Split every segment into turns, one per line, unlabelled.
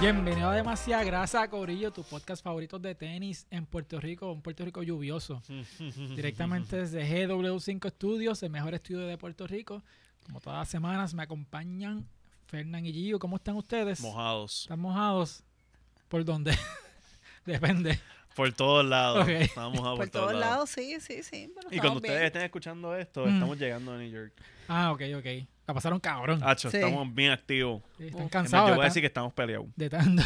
Bienvenido a Demasiada Grasa, Corillo, tu podcast favorito de tenis en Puerto Rico, un Puerto Rico lluvioso. Directamente desde GW5 Studios, el mejor estudio de Puerto Rico. Como todas las semanas me acompañan Fernán y Gio. ¿Cómo están ustedes?
Mojados.
¿Están mojados? ¿Por dónde? Depende.
Por todos lados.
Ok.
Estamos mojados
Por todos lados, sí, sí, sí. pero
Y
estamos
cuando ustedes
bien.
estén escuchando esto,
Mm.
estamos llegando a New York.
Ah, ok, ok. La pasaron cabrón.
Hacho,
Sí.
estamos bien activos.
Sí, Están
Es más,
cansados.
Ah, Yo voy a
¿verdad?
decir que estamos peleados.
De tanto.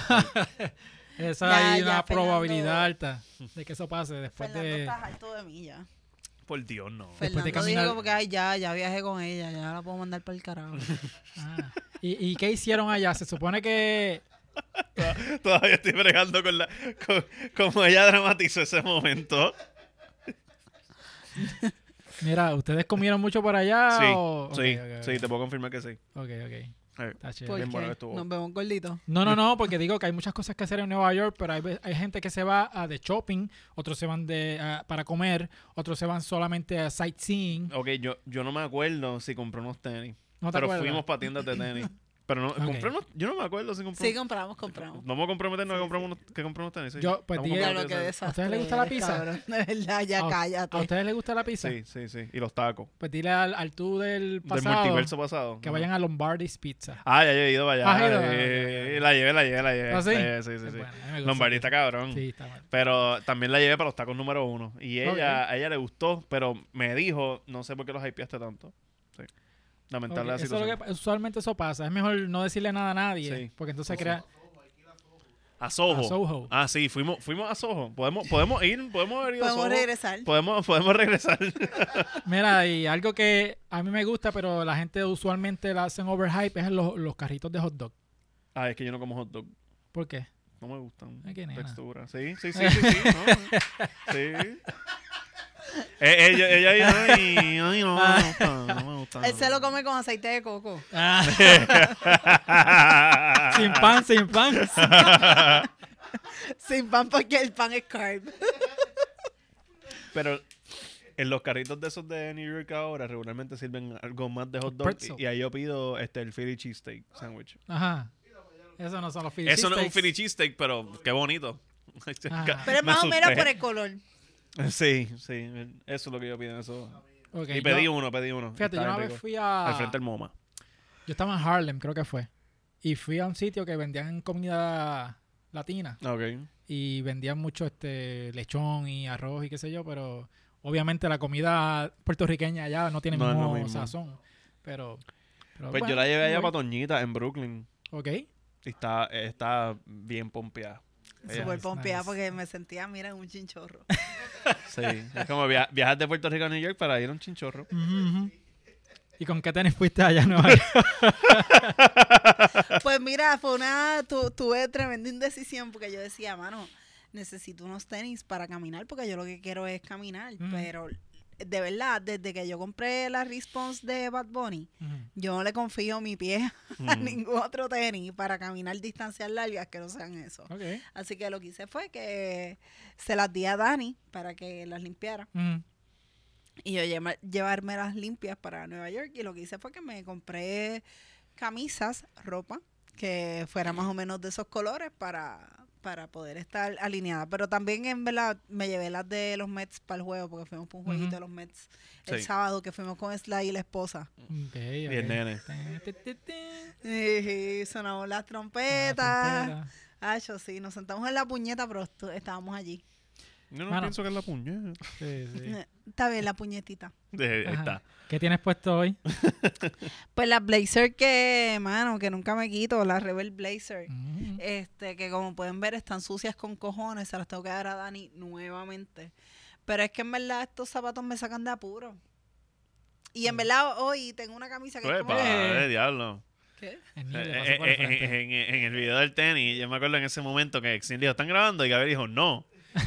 Esa
Ya,
hay
ya,
una
Fernando.
probabilidad alta de que eso pase después
Fernando
de.
estás alto de mí ya.
Por Dios, no.
Después de
Fernando
caminar-
dijo porque ay, ya, ya viajé con ella, ya la puedo mandar para el carajo.
Ah. ¿Y, y qué hicieron allá? Se supone que.
Todavía estoy bregando con la... con- como ella dramatizó ese momento.
Mira, ¿ustedes comieron mucho por allá?
sí,
o- ok,
sí,
Oh, ok,
sí, te puedo confirmar que sí. Eh,
ok. Ok,
A ver,
ok. Está chévere.
Porque
bueno que estuvo.
nos vemos gorditos.
No, no, no, porque digo que hay muchas cosas que hacer en Nueva York, pero hay, ve- hay gente que se va a de shopping, otros se van de a- para comer, otros se van solamente a sightseeing.
Ok, yo, yo no me acuerdo si compré unos tenis.
¿No te
pero
acuerdas?
fuimos para tiendas de tenis. Pero no, compré unos... Yo no me acuerdo si compré
Sí, compramos, compramos.
Vamos a comprometernos a comprar unos, que compramos unos tenis. sí.
Yo, pues,
Vamos a
diga-
Ya
comprar
lo
unos
que
tenis.
desastre.
ustedes les gusta la
eres,
pizza?
cabrón. De verdad, ya
A-
cállate.
¿A ustedes les gusta la pizza?
Sí, sí, sí. Y los tacos.
Pues dile al, al tú del pasado
del multiverso pasado.
que
Ajá.
vayan a Lombardi's Pizza.
Ah, ya yo he ido para allá.
Ah, has ido, ah,
Eh,
ok, ok, ok.
La llevé, la llevé, la llevé.
¿Ah, sí?
La llevé, sí, sí,
Es
sí.
buena, a mí me gusta.
Lombardi está cabrón.
Sí, está bueno.
Pero también la llevé para los tacos número uno. Y ella, a ella le gustó, pero me dijo, no sé por qué los hypeaste tanto. Sí. Lamentable
Ok, eso
la
es lo
situación.
que pa- usualmente eso pasa. Es mejor no decirle nada a nadie,
Sí.
porque entonces crea
A Soho.
a Soho.
Ah, sí, fuimos, fuimos a Soho. Podemos, podemos ir, podemos haber ido a
Podemos
Soho.
regresar.
Podemos, podemos regresar.
Mira, y algo que a mí me gusta, pero la gente usualmente la hacen overhype, es los, los carritos de hot dog.
ah, es que yo no como hot dog.
¿Por qué?
No me gustan.
Ay, qué nena.
Textura. Sí, sí, sí, sí. sí, no. sí. Eh, ella, ella, ella, ay, ay, no,
Ah.
no me gustan, no me gustan.
Él se lo come con aceite de coco.
Ah.
sin pan, sin pan.
Sin pan porque el pan es carb.
Pero en los carritos de esos de New York ahora regularmente sirven algo más de hot dog.
Pretzel.
Y, y ahí yo pido este, el Philly cheesesteak sandwich.
Ajá. Eso no son los Philly Ah.
Eso no es un
cheesesteaks.
Philly cheesesteak, pero qué bonito.
Ajá.
Pero es
Me
más o menos
asusté.
por el color.
Sí, sí. Eso es lo que yo pido en eso.
Ok,
y pedí
yo-
uno, pedí uno.
Fíjate, yo una
Estaba bien
vez
rico.
fui
Al
a...
frente del MoMA.
Yo estaba en Harlem, creo que fue. Y fui a un sitio que vendían comida latina.
Ok.
y vendían mucho este lechón y arroz y qué sé yo, pero obviamente la comida puertorriqueña allá no tiene
No es lo
mismo,
mismo.
sazón, pero, pero
Pues
bueno,
yo la llevé allá
anyway.
para Toñita en Brooklyn.
Ok.
Y está, está bien pompeada. Ella-
Súper pompeada
nice.
porque me sentía, mira, en un chinchorro.
Sí. Es como via- viajar de Puerto Rico a New York para ir a un chinchorro.
Ujú, ujú. ¿Y con qué tenis fuiste allá a Nueva York?
Pues mira, fue una, tu- tuve tremenda indecisión porque yo decía, mano, necesito unos tenis para caminar porque yo lo que quiero es caminar.
Mm.
Pero de verdad, desde que yo compré la Response de Bad Bunny,
Ujú.
yo no le confío mi pie a
Mm.
ningún otro tenis para caminar distancias largas que no sean eso.
ok.
Así que lo que hice fue que se las di a Dani para que las limpiara.
Ujú.
Y yo lleva- llevarme las limpias para Nueva York. Y lo que hice fue que me compré camisas, ropa, que fuera más o menos de esos colores para, para poder estar alineada. Pero también, en verdad, me llevé las de los Mets para el juego, porque fuimos por un
Ujú.
jueguito de los Mets el
Sí.
sábado, que fuimos con Sly y la esposa.
Ok, ok.
Y el nene.
Tin, tin, tin, tin.
Y sonamos las
Ah,
trompetas.
trompeta.
Ah, yo sí, nos sentamos en la puñeta, pero estu- estábamos allí.
Yo no
Mano.
pienso que es la puñeta.
Sí, sí.
Está bien, la puñetita.
Eh, ahí
Ajá.
está.
¿Qué tienes puesto hoy?
Pues la blazer que, mano, que nunca me quito, la Rebel Blazer.
Ujú.
Este, que como pueden ver están sucias con cojones, se las tengo que dar a Dani nuevamente. Pero es que en verdad estos zapatos me sacan de apuro. Y en verdad hoy tengo una camisa que es como-
Mm. Epa,
Eh.
eh, diablo.
¿Qué?
El
Eh,
niño le pasó
eh,
por el
eh,
frente.
En en- en el video del tenis, yo me acuerdo en ese momento que Exil dijo, ¿están grabando? Y Gabriel dijo, no.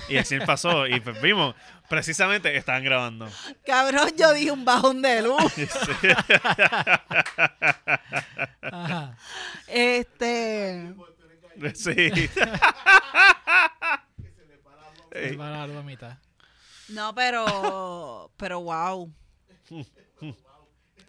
Y Exil pasó y pues vimos, precisamente estaban grabando.
Cabrón, yo dije un bajón de luz.
Ajá.
Este,
Sí.
Se
Ey,
paró la lomita.
no, pero pero wow.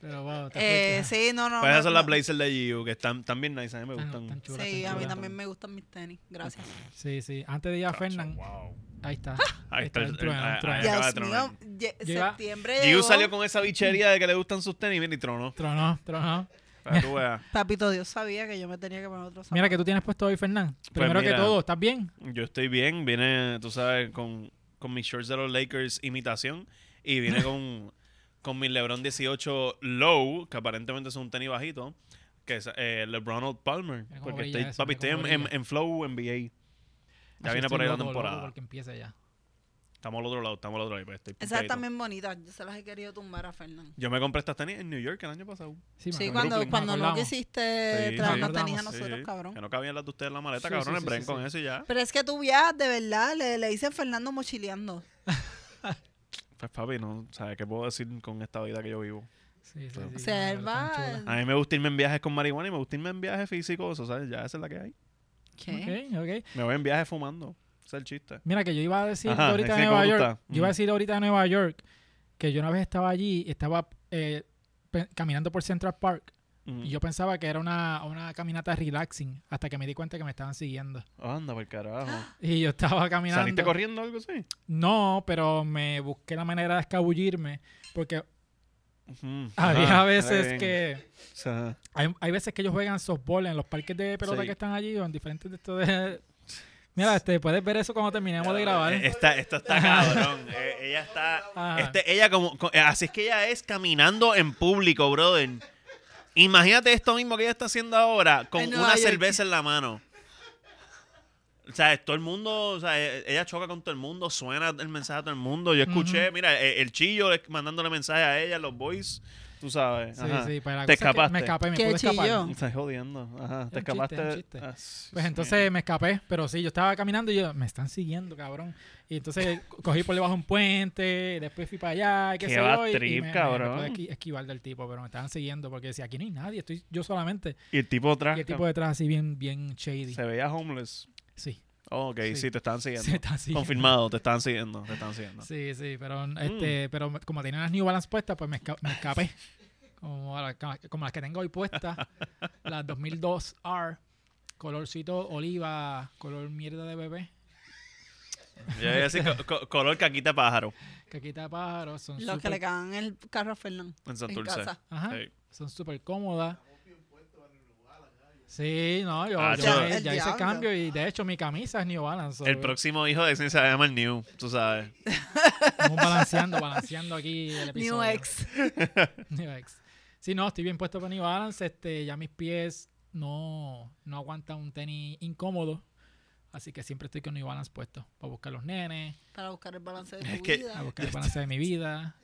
Pero wow, te
Eh,
fuiste,
sí, no, no.
Pues
no,
esas son las
no.
blazers de GU que están, están bien nice. A mí me
Ah, no,
gustan.
tan chulo.
Sí, a mí
Chulas.
también me gustan mis tenis. Gracias.
Sí, sí. Antes de ir a
Chacho,
Fernan,
wow.
ahí está.
Ahí está el-
trueno,
ah,
trueno.
Ahí acaba de
Dios mío,
tronar.
ye-
Llega-
septiembre
GU
llegó.
salió con esa bichería de que le gustan sus tenis. Mira, y tronó.
Tronó, tronó.
Para que tú veas.
Papito Dios sabía que yo me tenía que poner otro zapato.
Mira que tú tienes puesto hoy, Fernán. Primero
Pues mira.
que todo, ¿estás bien?
Yo estoy bien, viene, tú sabes, con, con mis shorts de los Lakers imitación y viene con, con mi LeBron 18 Low, que aparentemente es un tenis bajito, que es eh, LeBron Old Palmer.
Mira cómo
Porque
brilla
estoy,
eso,
papi,
mira
estoy
cómo
en, en-
brilla.
en Flow NBA. Ya
Así
viene
estoy
por ahí la
loco, loco
temporada.
porque empieza ya.
Estamos al otro lado, estamos al otro lado. pero estoy
Esas
picadito.
también bonitas. Yo se las he querido tumbar a Fernán.
Yo me compré estas tenis en New York el año pasado.
Sí, me
Sí,
acuerdo.
cuando,
Brooklyn.
cuando no
Acordamos.
quisiste
Sí,
traernos
sí.
tenis a
Acordamos,
nosotros,
Sí,
cabrón.
Que no cabían las de ustedes en la maleta,
Sí,
cabrones.
sí, sí,
Bren
sí,
con
sí.
eso y ya.
Pero es que tú viajas, de verdad, le, le hice Fernando mochileando.
Pues papi, no, ¿sabes qué puedo decir con esta vida que yo vivo?
Sí, sí, sí,
Pero-
sí,
Se
están
va.
chulas.
A mí me gusta irme en viajes con marihuana y me gusta irme en viajes físicos, o sea, ya esa es la que hay.
Ok, ok.
Me voy en viaje fumando. Ese es el chiste.
Mira que yo iba a decir
Ajá,
ahorita
sí,
de Nueva
¿cómo
York.
está?
Yo iba a
Ujú.
decir ahorita de Nueva York que yo una vez estaba allí y estaba eh, pe- caminando por Central Park
Mm.
y yo pensaba que era una, una caminata relaxing hasta que me di cuenta que me estaban siguiendo.
Anda, por carajo.
Y yo estaba caminando.
¿Saliste corriendo o algo así?
No, pero me busqué la manera de escabullirme porque
Ujú.
había
Ajá,
veces
bien.
que...
O sea,
Hay, hay veces que ellos juegan softball en los parques de pelota
Sí.
que están allí o en diferentes de estos de- Mira, este, puedes ver eso cuando terminemos de grabar. Ah.
eh, Esta, esta está cabrón. Eh, ella está.
Ajá.
Este, ella como, co- eh, así es que ella es caminando en público, brother. Imagínate esto mismo que ella está haciendo ahora con
En Nueva
una
York.
cerveza en la mano. O sea, todo el mundo, o sea, eh, ella choca con todo el mundo, suena el mensaje a todo el mundo. Yo escuché, mira, eh, el chillo le- mandándole mensaje a ella, los boys, tú sabes.
Sí,
Ajá.
sí, pero la cosa
Te
es que
escapaste.
me escapé, me
Qué
pude escapar.
chillón.
Estás jodiendo. Ajá. Te
un chiste,
escapaste.
es un
de-
chiste.
Ah, sí,
Pues
sí,
entonces me escapé, pero sí, yo estaba caminando y yo, me están siguiendo, cabrón. Y entonces co- cogí por debajo de un puente, después fui para allá, y qué,
Qué
sé
bad
yo, y- y
trip,
me- me-
cabrón.
Me, pude esqui- esquivar del tipo, pero me estaban siguiendo porque decía, aquí no hay nadie, estoy yo solamente.
Y el tipo atrás
Y el tipo detrás así bien, bien shady.
se veía homeless.
Sí,
Oh, ok,
Sí.
sí, te estaban siguiendo.
se está siguiendo.
Confirmado, te estaban siguiendo, te estaban siguiendo.
Sí, sí, pero
Mm.
este, pero me- como tenía las New Balance puestas, pues me, esca- me escapé. Como, a la- ca- como las que tengo hoy puestas, las 2002 R, colorcito oliva, color mierda de bebé,
Yo iba a decir co- co- color caquita pájaro
caquita de pájaro, son
Los que
súper
le cagan el carro a Fernán.
en
En
Santurce.
casa.
ajá,
Sí.
son súper cómodas. Sí, no, yo,
Ah,
yo
yo-
ya, ya
El
hice el
diablo.
cambio y de hecho mi camisa es New Balance. so,
El próximo hijo de ciencia se llama el New, tú sabes.
Estamos balanceando, balanceando aquí el episodio.
New ex.
New X. Sí, no, estoy bien puesto para New Balance. Este, ya mis pies no, no aguantan un tenis incómodo. Así que siempre estoy con New Balance puesto. Para buscar los nenes,
Para buscar el balance de tu
Es que-
a
vida.
buscar el balance de mi vida.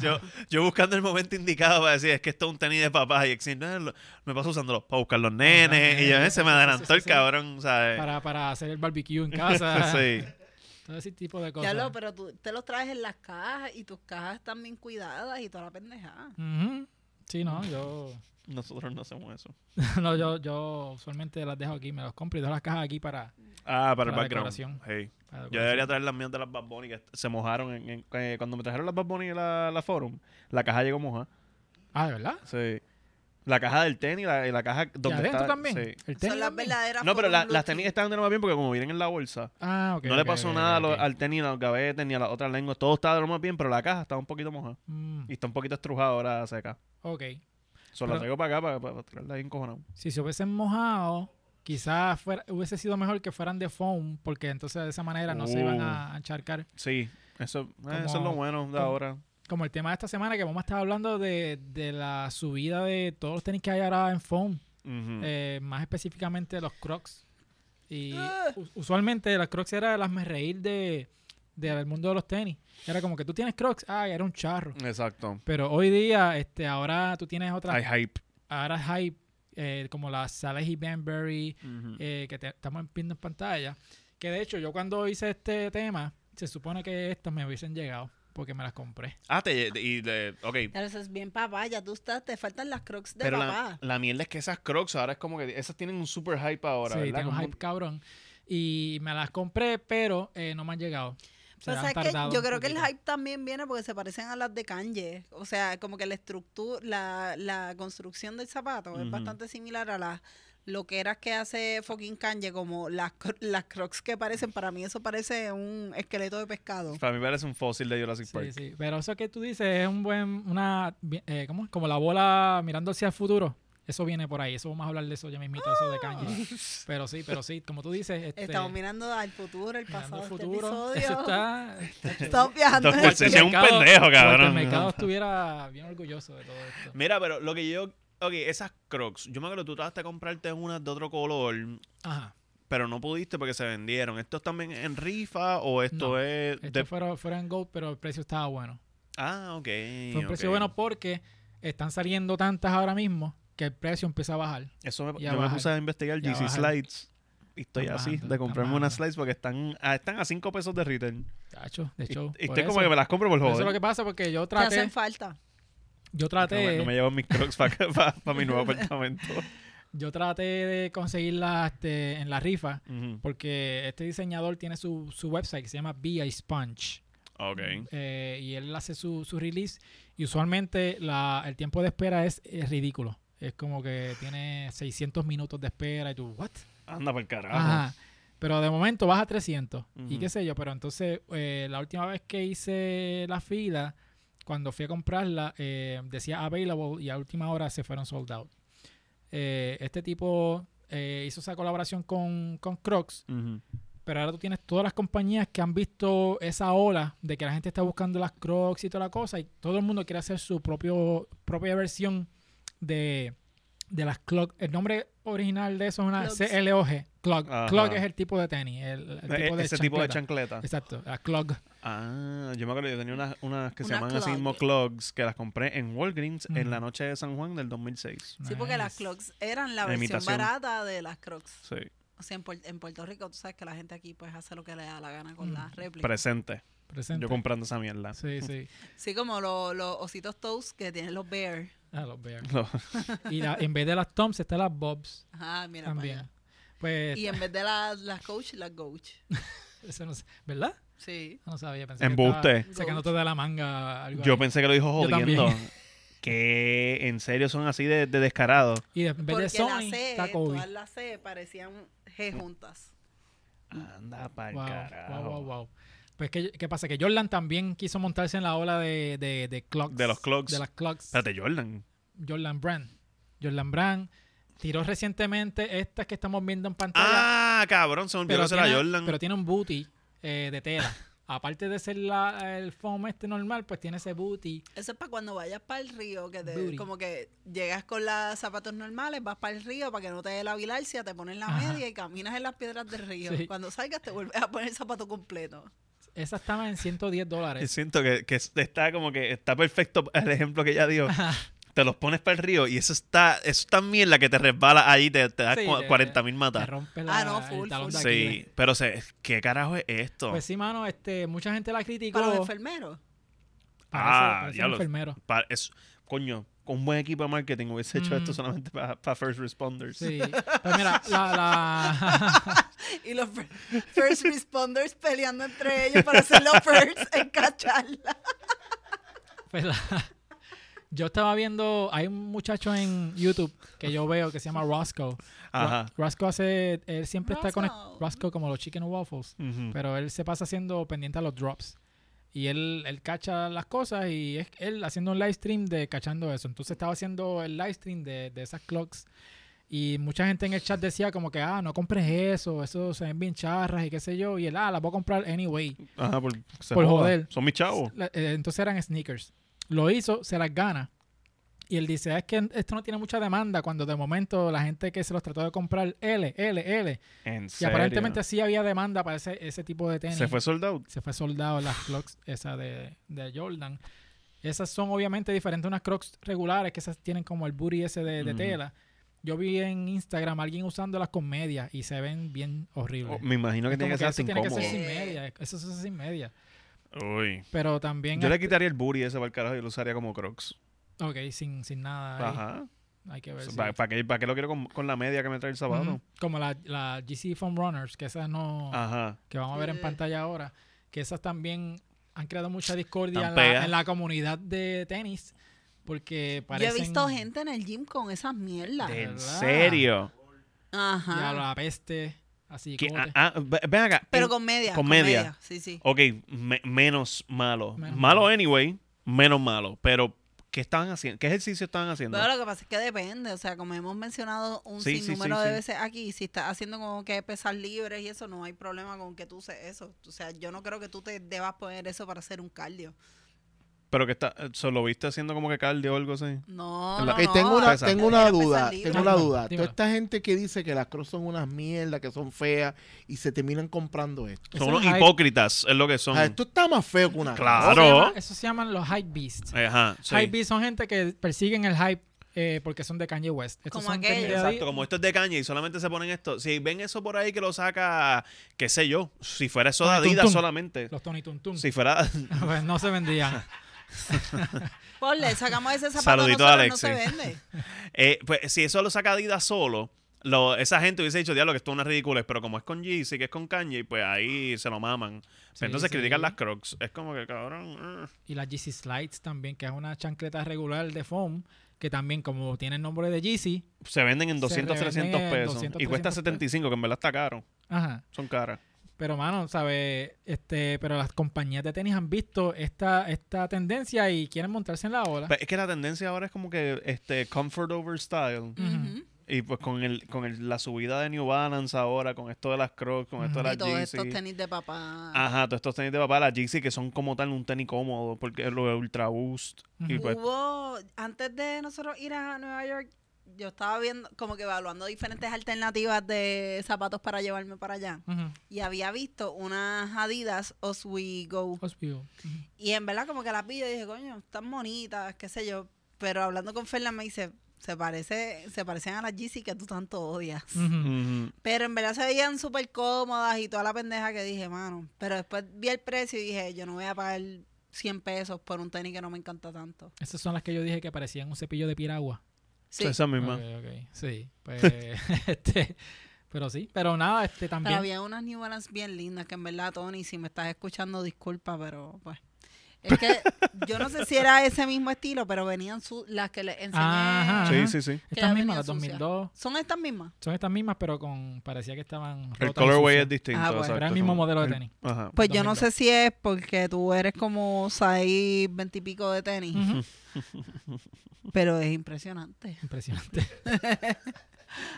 Yo, yo buscando el momento indicado para decir, es que esto es un tenis de papá. Y Exil, "No, lo- me paso usándolo para buscar los nenes. Y yo, "Eh, se me adelantó el
Sí, sí, sí.
cabrón, ¿sabes?
Para, para hacer el barbecue en casa.
Sí.
Todo ese tipo de
Ya
cosas.
lo, pero tú te los traes en las cajas y tus cajas están bien cuidadas y toda la pendejada.
Ujú. Sí, no, yo,
Nosotros no hacemos eso.
no, yo, yo usualmente las dejo aquí, me los compro y dejo las cajas aquí para,
Ah,
Para
para, el background.
decoración.
Sí.
para
Yo debería traer las mías de las Bad Bunny, que se mojaron. en- en- eh, cuando me trajeron las Bad Bunny y la, la Forum, la caja llegó mojada.
Ah, ¿de verdad?
Sí. La caja del tenis la- y la, caja
¿Y
donde
adentro
está.
también?
sí.
¿El tenis
Son las
también?
verdaderas.
No, pero
Forum
la- las
Lucky.
tenis están de lo más bien porque como vienen en la bolsa,
Ah, ok.
no le
ok,
pasó
ok,
nada a lo-
ok.
al tenis, ni a los gavetes, ni a las otras lenguas. Todo estaba de lo más bien, pero la caja estaba un poquito mojada.
Mm,
Y está un poquito estrujada ahora seca.
ok.
Solo la
Pero-
traigo para acá para, para tirarla ahí encojonado.
si se hubiesen mojado, quizás fuera- hubiese sido mejor que fueran de foam, porque entonces de esa manera no se iban a a encharcar.
Sí, eso, eh,
Como-
eso es lo bueno de
como-
ahora.
Como el tema de esta semana que vamos a estar hablando de, de la subida de todos los tenis que hay ahora en foam,
Ujú.
eh, más específicamente los crocs. Y
Ah.
u- usualmente los crocs era las me reír de, del mundo de los tenis. Era como que tú tienes crocs, ah, era un charro.
Exacto.
Pero hoy día, este, ahora tú tienes otras,
Hay hype.
ahora hype, eh, como las Salehi Banbury, eh, que te- estamos viendo en pantalla. Que de hecho, yo cuando hice este tema, se supone que estas me hubiesen llegado porque me las compré.
Ah, te, y de- ok.
Pero eso es bien papá, ya tú estás, te faltan las crocs de
Pero la,
papá.
la mierda es que esas crocs ahora es como que esas tienen un super hype ahora,
sí,
¿verdad?
tengo
Como-
hype cabrón. Y me las compré, pero eh, no me han llegado. Se
O sea,
han
es que
tardado
Pues, yo
un
creo que el
poquito.
hype también viene porque se parecen a las de Kanye. O sea, como que la estructura, la, la construcción del zapato es
Ujú.
bastante similar a las loqueras que hace fucking Kanye, como las, cro- las crocs que parecen. Para mí eso parece un esqueleto de pescado.
Para mí parece un fósil de Jurassic Park.
Sí, sí. Pero eso que tú dices es un buen, una, bi- eh, ¿cómo? es? Como la bola mirando hacia el futuro. Eso viene por ahí. Eso vamos a hablar de eso ya mismito, eso de Kanye. Pero sí, pero sí, como tú dices, este,
Ah. Estamos mirando al futuro, el
mirando
pasado,
el
este
futuro. Eso
episodio.
está. este,
Estamos viajando. en el
Entonces,
Cualquier
es un
mercado-
pendejo,
Porque el
cabrón.
mercado estuviera bien orgulloso de todo esto.
Mira, pero lo que yo. Ok, esas crocs. Yo me acuerdo, tú trataste de comprarte unas de otro color,
Ajá.
pero no pudiste porque se vendieron. ¿Esto es también en rifa o esto
No,
es.?
Estos
de-
fueron, fueron Gold, pero el precio estaba bueno.
Ah, ok.
Fue un precio
ok.
bueno porque están saliendo tantas ahora mismo que el precio empieza a bajar.
Eso me,
Ya
yo me
bajan.
puse a investigar
Ya
GC
bajan.
Slides. Y estoy
Están
así
bajando,
de
están
comprarme unas
bajando.
slides porque están a, están a 5 pesos de retail.
Cacho, de
Y,
show.
y
Por
estoy como
eso-
que me las compro por
por Eso es lo
joder.
que pasa porque yo
Te hacen
traté,
falta.
yo
No me,
traté,
Este no me llevo mis crocs para mi nuevo apartamento.
yo traté de conseguirlas este, en la rifa
Ujú.
porque este diseñador tiene su, su website que se llama BI Sponge.
Ok.
Eh, y él hace su, su release y usualmente la, el tiempo de espera es, es ridículo. Es como que tiene 600 minutos de espera y tú, ¿what?
Anda para el carajo.
Ajá. Pero de momento vas a 300 y
Ujú.
qué sé yo. Pero entonces, eh, la última vez que hice la fila, cuando fui a comprarla, eh, decía available y a última hora se fueron sold out. Eh, este tipo eh, hizo esa colaboración con, con Crocs,
Ujú.
pero ahora tú tienes todas las compañías que han visto esa ola de que la gente está buscando las Crocs y toda la cosa y todo el mundo quiere hacer su propio, propia versión de, de las Clog. El nombre original de eso es una
Clogs.
CLOG. Clog.
Ajá.
Clog es el tipo de tenis, el, el
E-
tipo de
ese tipo de
chancleta.
chancleta.
Exacto, la Clog.
Ah, yo me acuerdo, yo tenía unas, unas que se
Una
llaman así
clog.
mismo clogs que las compré en Walgreens en
Ujú.
la noche de San Juan del 2006.
Sí, porque las
Nice.
crocs eran la
La
versión
imitación.
barata de las crocs.
Sí,
O sea, en, Puer- en Puerto Rico, tú sabes que la gente aquí pues hace lo que le da la gana con
Mm.
las réplicas.
presente.
Presente.
Yo comprando esa mierda.
Sí, sí.
Sí, como lo- los ositos toast que tienen los bears.
Ah, los Bears.
Lo-
Y la- en vez de las Toms están las Bobs
Ajá, mira. para
también.
allá.
Pues,
Y en vez de las las coach, las coach.
eso no sé- ¿verdad?
Sí.
No sabía. Pensé que
Embuste.
estaba Sacándote de la manga algo
Yo
ahí.
pensé que lo dijo
Yo también.
jodiendo. que en serio son así de, de descarados.
Y de- en vez
Porque
de
la
Sony,
C,
está Kobe.
todas las C parecían G juntas.
Anda pa'l
Wow,
carajo.
wow, wow, wow. Pues, ¿qué, qué pasa? Que Jordan también quiso montarse en la ola de, de, de clocks.
De los clogs.
De las clocks.
Espérate, Jordan.
Jordan Brand. Jordan Brand tiró recientemente estas que estamos viendo en pantalla.
Ah, cabrón, son yo no sé la
tiene,
Jordan.
pero tiene un booty eh, de tela. Aparte de ser la- el foam este normal, pues tiene ese booty.
Eso es para cuando vayas para el río, que te-
Booty.
como que llegas con los zapatos normales, vas para el río para que no te dé la bilancia, te pones la
Ajá.
media y caminas en las piedras del río.
Sí.
Cuando salgas te vuelves a poner el zapato completo.
Esa estaba en 110
Yo
dólares.
siento que, que está como que está perfecto el ejemplo que ella dio.
Ajá.
Te los pones para el río y eso está, eso está mierda que te resbala ahí te, te da
Sí, te-
40 mil
Te
matas.
rompe la,
Ah, no, full,
el talón
full.
de Aquiles.
Sí, pero se, ¿qué carajo es esto?
Pues sí, mano, este, mucha gente la criticó.
Para los enfermeros.
Ah,
parece
ya
un
lo-
enfermero.
Pa- es- coño, con un buen equipo de marketing hubiese hecho esto
Mm.
solamente para first responders.
Sí. Pues mira, la, la,
Y los fir- first responders peleando entre ellos para hacer los first en cacharla.
pues la- yo estaba viendo, hay un muchacho en YouTube que yo veo que se llama Roscoe.
Ajá.
Ro- Roscoe hace, él siempre está con
Roscoe.
Roscoe como los chicken waffles,
Ujú.
pero él se pasa haciendo pendiente a los drops. Y él, él cacha las cosas y es él haciendo un live stream de cachando eso. Entonces estaba haciendo el live stream de, de esas clocks. Y mucha gente en el chat decía como que, ah, no compres eso, eso se ven bien charras y qué sé yo. Y él, ah, las voy a comprar anyway.
Ajá, por, se
Por
joda.
joder.
Son mis chavos.
La- eh, entonces eran sneakers. Lo hizo, se las gana. Y él dice, "Ah, es que esto no tiene mucha demanda cuando de momento la gente que se los trató de comprar L, L, L.
En
Y
serio.
aparentemente sí había demanda para ese, ese tipo de tenis.
se fue sold out.
Se fue soldado las Crocs esa de, de Jordan. Esas son obviamente diferentes a unas Crocs regulares que esas tienen como el booty ese de, de
Ujú.
tela. Yo vi en Instagram a alguien usándolas con media y se ven bien horribles.
Oh, me imagino que
Es
tiene que
como eso
ser hasta
tiene que
incómodo.
ser sin
incómodo.
media. Eso es sin media.
Uy.
Pero también...
Yo le quitaría el booty ese para el carajo y lo usaría como crocs.
Ok, sin, sin nada. ahí.
Ajá.
Hay que ver. si-
¿Para, qué, pa' qué lo quiero con, con la media que me trae el sábado?
Ujú. Como la, la GC Foam Runners, que esas no.
Ajá.
que vamos a ver en
Sí.
pantalla ahora. que esas también han creado mucha discordia
Están
en la,
pegadas.
en la comunidad de tenis. Porque
Yo he
parecen...
visto gente en el gym con esas mierdas.
De-
¿En
verdad.
serio?
Ya
Ajá.
la peste, así
¿Qué?
como...
Ah,
te-
ah, ve- ven acá.
Pero
en-
con media.
con media.
Sí, sí.
Ok, me- menos malo.
Menos
malo
malo.
anyway, menos malo. Pero, ¿qué estaban haciendo? ¿Qué ejercicio estaban haciendo?
Pero lo que pasa es que depende, o sea, como hemos mencionado un
Sí, sí,
sinnúmero
sí,
de
sí.
veces aquí, si estás haciendo como que pesas libres y eso, no hay problema con que tú uses eso. O sea, yo no creo que tú te debas poner eso para hacer un cardio.
Pero que está, ¿so lo viste haciendo como que cardio o algo así.
No,
En
no,
la-
Ok,
no,
tengo una,
Pesas.
tengo una
Pero pesas
duda,
libres.
tengo una
Dímelo,
duda.
dímelo.
Toda esta gente que dice que las cross son unas mierdas, que son feas y se terminan comprando esto.
Ese
Son
es
unos
hype.
hipócritas, es lo que son.
Ah, esto está más feo que una
Eso
Claro.
se llama- Eso se llaman los hype beasts.
Eh, Ajá, sí.
Hype beasts son gente que persiguen el hype eh, porque son de Kanye West. Estos
Como
son
aquellos.
gente de ahí-
Exacto, como esto es de caña y solamente se ponen esto. Si ven eso por ahí que lo saca, qué sé yo, si fuera eso de
Tony Tum
Adidas
Tum.
solamente.
Los Tony Tuntum.
Si fuera.
Pues no se vendían.
Ponle, sacamos ese zapato
Saludito
nosotros,
a
no se
Alexis.
vende.
eh, pues, si eso lo saca Adidas solo, lo- esa gente hubiese dicho, diablo, que esto es una ridiculez. Pero como es con Yeezy, que es con Kanye, pues ahí se lo maman. Pero
Sí,
entonces
sí.
critican las Crocs. Es como que, cabrón. eh.
Y las Yeezy Slides también, que es una chancleta regular de foam, que también como tiene el nombre de Yeezy,
se venden en
Se
200,
revenden
300
en
pesos.
200,
y cuesta
300 pesos.
75, que en verdad está caro.
ajá,
Son caras.
Pero, mano, ¿sabes? Este, pero las compañías de tenis han visto esta, esta tendencia y quieren montarse en la ola.
Pero Pues es que la tendencia ahora es como que este comfort over style.
Ujú.
Y pues con el con el- la subida de New Balance ahora, con esto de las Crocs, con esto de
Ujú.
las
Y todos estos
Yeezy.
tenis de papá.
Ajá, todos estos tenis de papá, las Yeezy que son como tal un tenis cómodo, porque es lo de Ultra Boost. y
Ujú.
pues,
Hubo, antes de nosotros ir a Nueva York, yo estaba viendo, como que evaluando diferentes alternativas de zapatos para llevarme para allá.
Ujú.
Y había visto unas Adidas As We Go.
Oswego. Ujú.
Y en verdad, como que las vi, yo dije, coño, están bonitas, qué sé yo. Pero hablando con Fernan me dice, se parece, se parecen a las Yeezy que tú tanto odias.
Ujú.
ujú.
Pero en verdad se veían súper cómodas y toda la pendeja que dije, mano. Pero después vi el precio y dije, yo no voy a pagar 100 pesos por un tenis que no me encanta tanto.
Esas son las que yo dije que parecían un cepillo de piragua.
Sí,
Esa misma.
Ok, ok. Sí. Pues, este, pero sí. Pero nada, este
pero
también.
había unas New Balance bien lindas que en verdad, Tony, si me estás escuchando, disculpa, pero pues... Es que yo no sé si era ese mismo estilo, pero venían su, las que les enseñé.
Ajá.
Sí, sí, sí.
Estas mismas,
que venían
las
sucias.
2002.
Son estas mismas.
Son estas mismas, pero con parecía que estaban rotas.
El
y
colorway
sucias.
es distinto.
Ah, bueno.
exacto,
Era el mismo
como-
modelo de tenis.
Ajá.
Pues yo no
2002.
sé si es porque tú eres como 6, 20 y pico de tenis,
Ujú.
pero es impresionante.
Impresionante.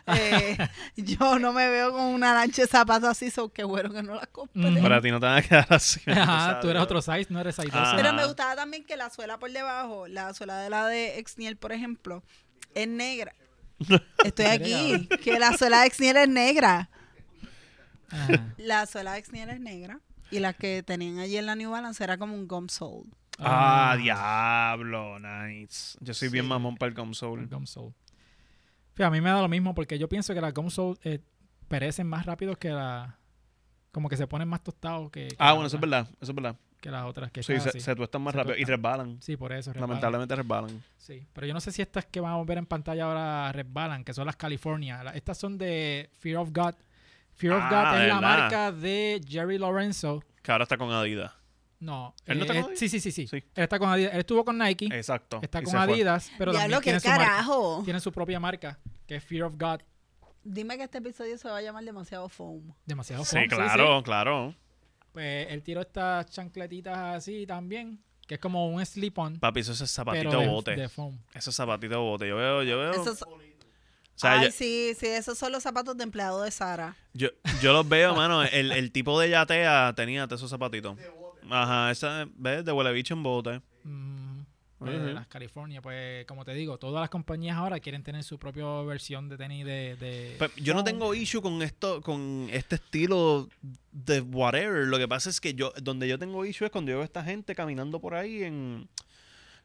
Eh, yo no me veo con una lancha de zapatos así, so que bueno que no las compré.
Ujú.
Para ti no te van a quedar así.
Ajá, tú eres
¿sabes?
otro size, no eres size 12.
Ajá.
Pero me gustaba también que la suela por debajo, la suela de la de Exniel, por ejemplo, es negra. Estoy aquí, que la suela de Exniel es negra.
Ajá.
La suela de Exniel es negra. Y la que tenían allí en la New Balance era como un gum sole.
Ah, diablo, nice. Yo soy bien
Sí.
mamón para el
el
console.
Gum Soul. Fíjate, a mí me da lo mismo porque yo pienso que las Gum Soul eh, perecen más rápido que la. Como que se ponen más tostados que, que
Ah,
las
bueno, eso es
otras-
verdad, eso es verdad.
que las otras que
Sí,
están
se,
así.
se tuestan
ah,
más
Se
rápido y
tuestan.
resbalan.
Sí, por eso. resbalan.
Lamentablemente resbalan.
Sí, pero yo no sé si estas que vamos a ver en pantalla ahora resbalan, que son las California. La- Estas son de Fear of God. Fear of
Ah,
God es la
¿verdad?
marca de Jerry Lorenzo.
Que ahora está con Adidas.
No.
¿Él no está
eh,
con
eh,
Adidas?
sí, sí, sí, sí.
Sí.
Él está con Adidas. Él estuvo con Nike.
Exacto.
está
y
con
se fue.
Adidas, pero
Diablo,
también tiene
qué
su, marca,
carajo.
tiene su propia marca, que es Fear of God.
Dime que este episodio se va a llamar demasiado foam.
Demasiado
Sí,
fun,
claro, claro.
Pues él tiró estas chancletitas así también, que es como un slip-on,
Papi, eso es zapatito
pero de,
bote.
de foam.
Eso es zapatito bote. Yo veo, yo veo.
Esos-
o sea,
ay,
yo,
sí, sí, esos son los zapatos de empleado de Sara.
yo, yo los veo, mano. El, el tipo de yatea tenía esos zapatitos. Ajá, esa, ¿ves? De huele bicho en bote.
Mm, pues,
Ujú.
Las California, pues como te digo, todas las compañías ahora quieren tener su propia versión de tenis de... de
Pe- Pues, yo no
foam.
tengo issue con esto, con este estilo de whatever. Lo que pasa es que yo, donde yo tengo issue es cuando yo veo a esta gente caminando por ahí en,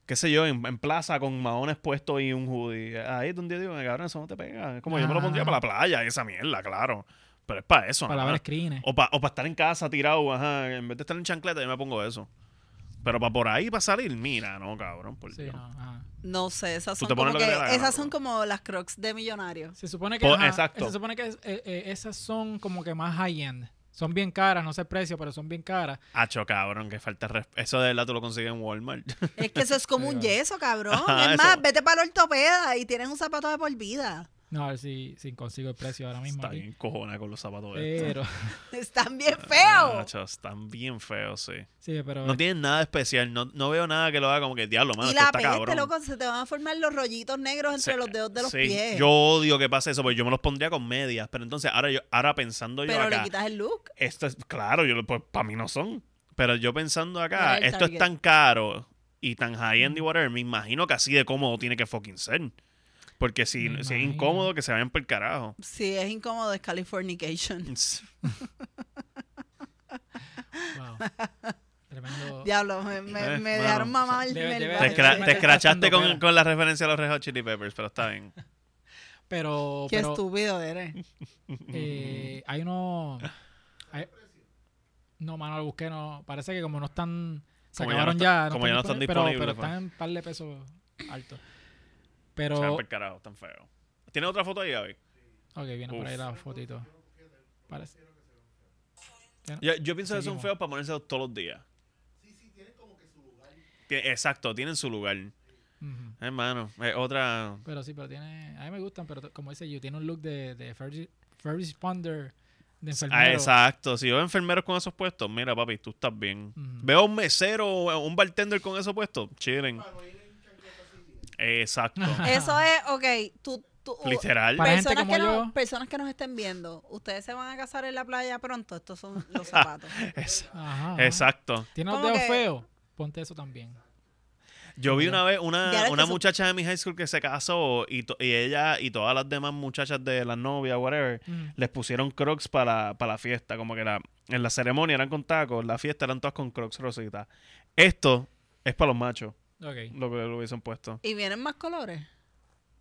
qué sé yo, en, en plaza con maones puestos y un hoodie. Ahí es donde yo digo, cabrón, eso no te pega. Es como yo me lo pondría
Ah.
para la playa y esa mierda, claro. Pero es para eso,
Para
ajá.
ver screens.
O para estar en casa tirado, ajá. En vez de estar en chancleta, yo me pongo eso. Pero para por ahí, para salir, mira, Oh, no, cabrón, por
Sí,
Dios.
no, ajá.
No sé, esas
Tú
son
te pones lo
como
que
que-
te da la gana,
esas son
bro.
como las crocs de millonarios.
Se supone que...
Po-
ajá,
exacto.
Se supone que es- eh, eh, esas son como que más high-end. Son bien caras, no sé el precio, pero son bien caras.
Hacho, cabrón, que falta de resp- Eso de verdad tú lo consigues en Walmart.
Es que eso es como
Sí,
un
claro.
yeso, cabrón.
Ajá,
es más,
eso-
vete para la ortopeda y tienes un zapato de por vida.
No, a ver si, si consigo el precio ahora mismo.
Está
aquí.
bien cojona con los zapatos estos.
Pero,
Están bien
Ah,
feos.
Hacho, están bien feos, sí.
sí, pero.
No tienen nada especial. No, no veo nada que lo haga como que diablo, mano.
y
esto
la
está
peste,
cabrón.
loco, se te van a formar los rollitos negros entre
Sí,
los dedos de los
sí,
pies.
Yo odio que pase eso, porque yo me los pondría con medias. Pero entonces, ahora yo, ahora pensando yo
pero le
acá,
quitas el look.
esto es, claro, yo lo- pues para mí no son. Pero yo pensando
Mira
acá,
el
esto es
Target.
tan caro y tan high end y whatever, me imagino que así de cómodo tiene que fucking ser. Porque si,
Me
si es
imagino.
incómodo, que se vayan por el carajo.
Sí, es incómodo, es Californication.
Wow. Tremendo.
Diablo, me, me-
Eh,
me
bueno,
dejaron mamá el,
debe-
el
debe-
Te,
bache.
escra- te escrachaste
Haciendo
con,
pena.
con la referencia a los Red Hot Chili Peppers, pero está bien.
Pero,
Qué
pero
estúpido eres.
eh, hay uno. hay- no, mano, lo busqué. No, parece que como no están. Se
Como ya no
acabaron
está-
ya.
como ya no están disponibles,
Pero,
pues.
pero están en par de pesos altos.
Se van
Pero.
por el carajo, están feos. ¿Tienes otra foto ahí, Gaby?
Ok, viene por ahí
Uf.
la fotito. Parece.
Yo, yo pienso que son
Seguimos.
feos para ponerse todos los días. Sí, sí, tienen como que su lugar. Exacto, tienen su lugar.
Ujú.
Hermano, eh, otra.
Pero sí, pero tiene. A mí me gustan, pero t- como dice Yu, tiene un look de, de first, first responder de enfermero.
Ah, exacto. Si yo veo enfermeros con esos puestos, mira, papi, tú estás bien.
Ujú.
Veo un mesero o un bartender con esos puestos, chillen. Exacto.
Eso es, ok, tú... tú uh,
Literal.
Para gente
personas,
como
que no-
yo.
personas que nos estén viendo, ustedes se van a casar en la playa pronto, estos son los zapatos.
Es-
Ajá, ajá.
Exacto.
Tiene los
Como
dedos
que-
feos. Ponte eso también.
Yo vi
Mira.
una vez
Ya
una,
ves que
una
eso-
muchacha de mi high school que se casó y, to- y ella y todas las demás muchachas de la novia, whatever,
Mm.
les pusieron crocs para la, para la fiesta. Como que la, en la ceremonia eran con tacos, en la fiesta eran todas con crocs rositas. Esto es para los machos,
Ok.
lo que le hubiesen puesto.
¿Y vienen más colores?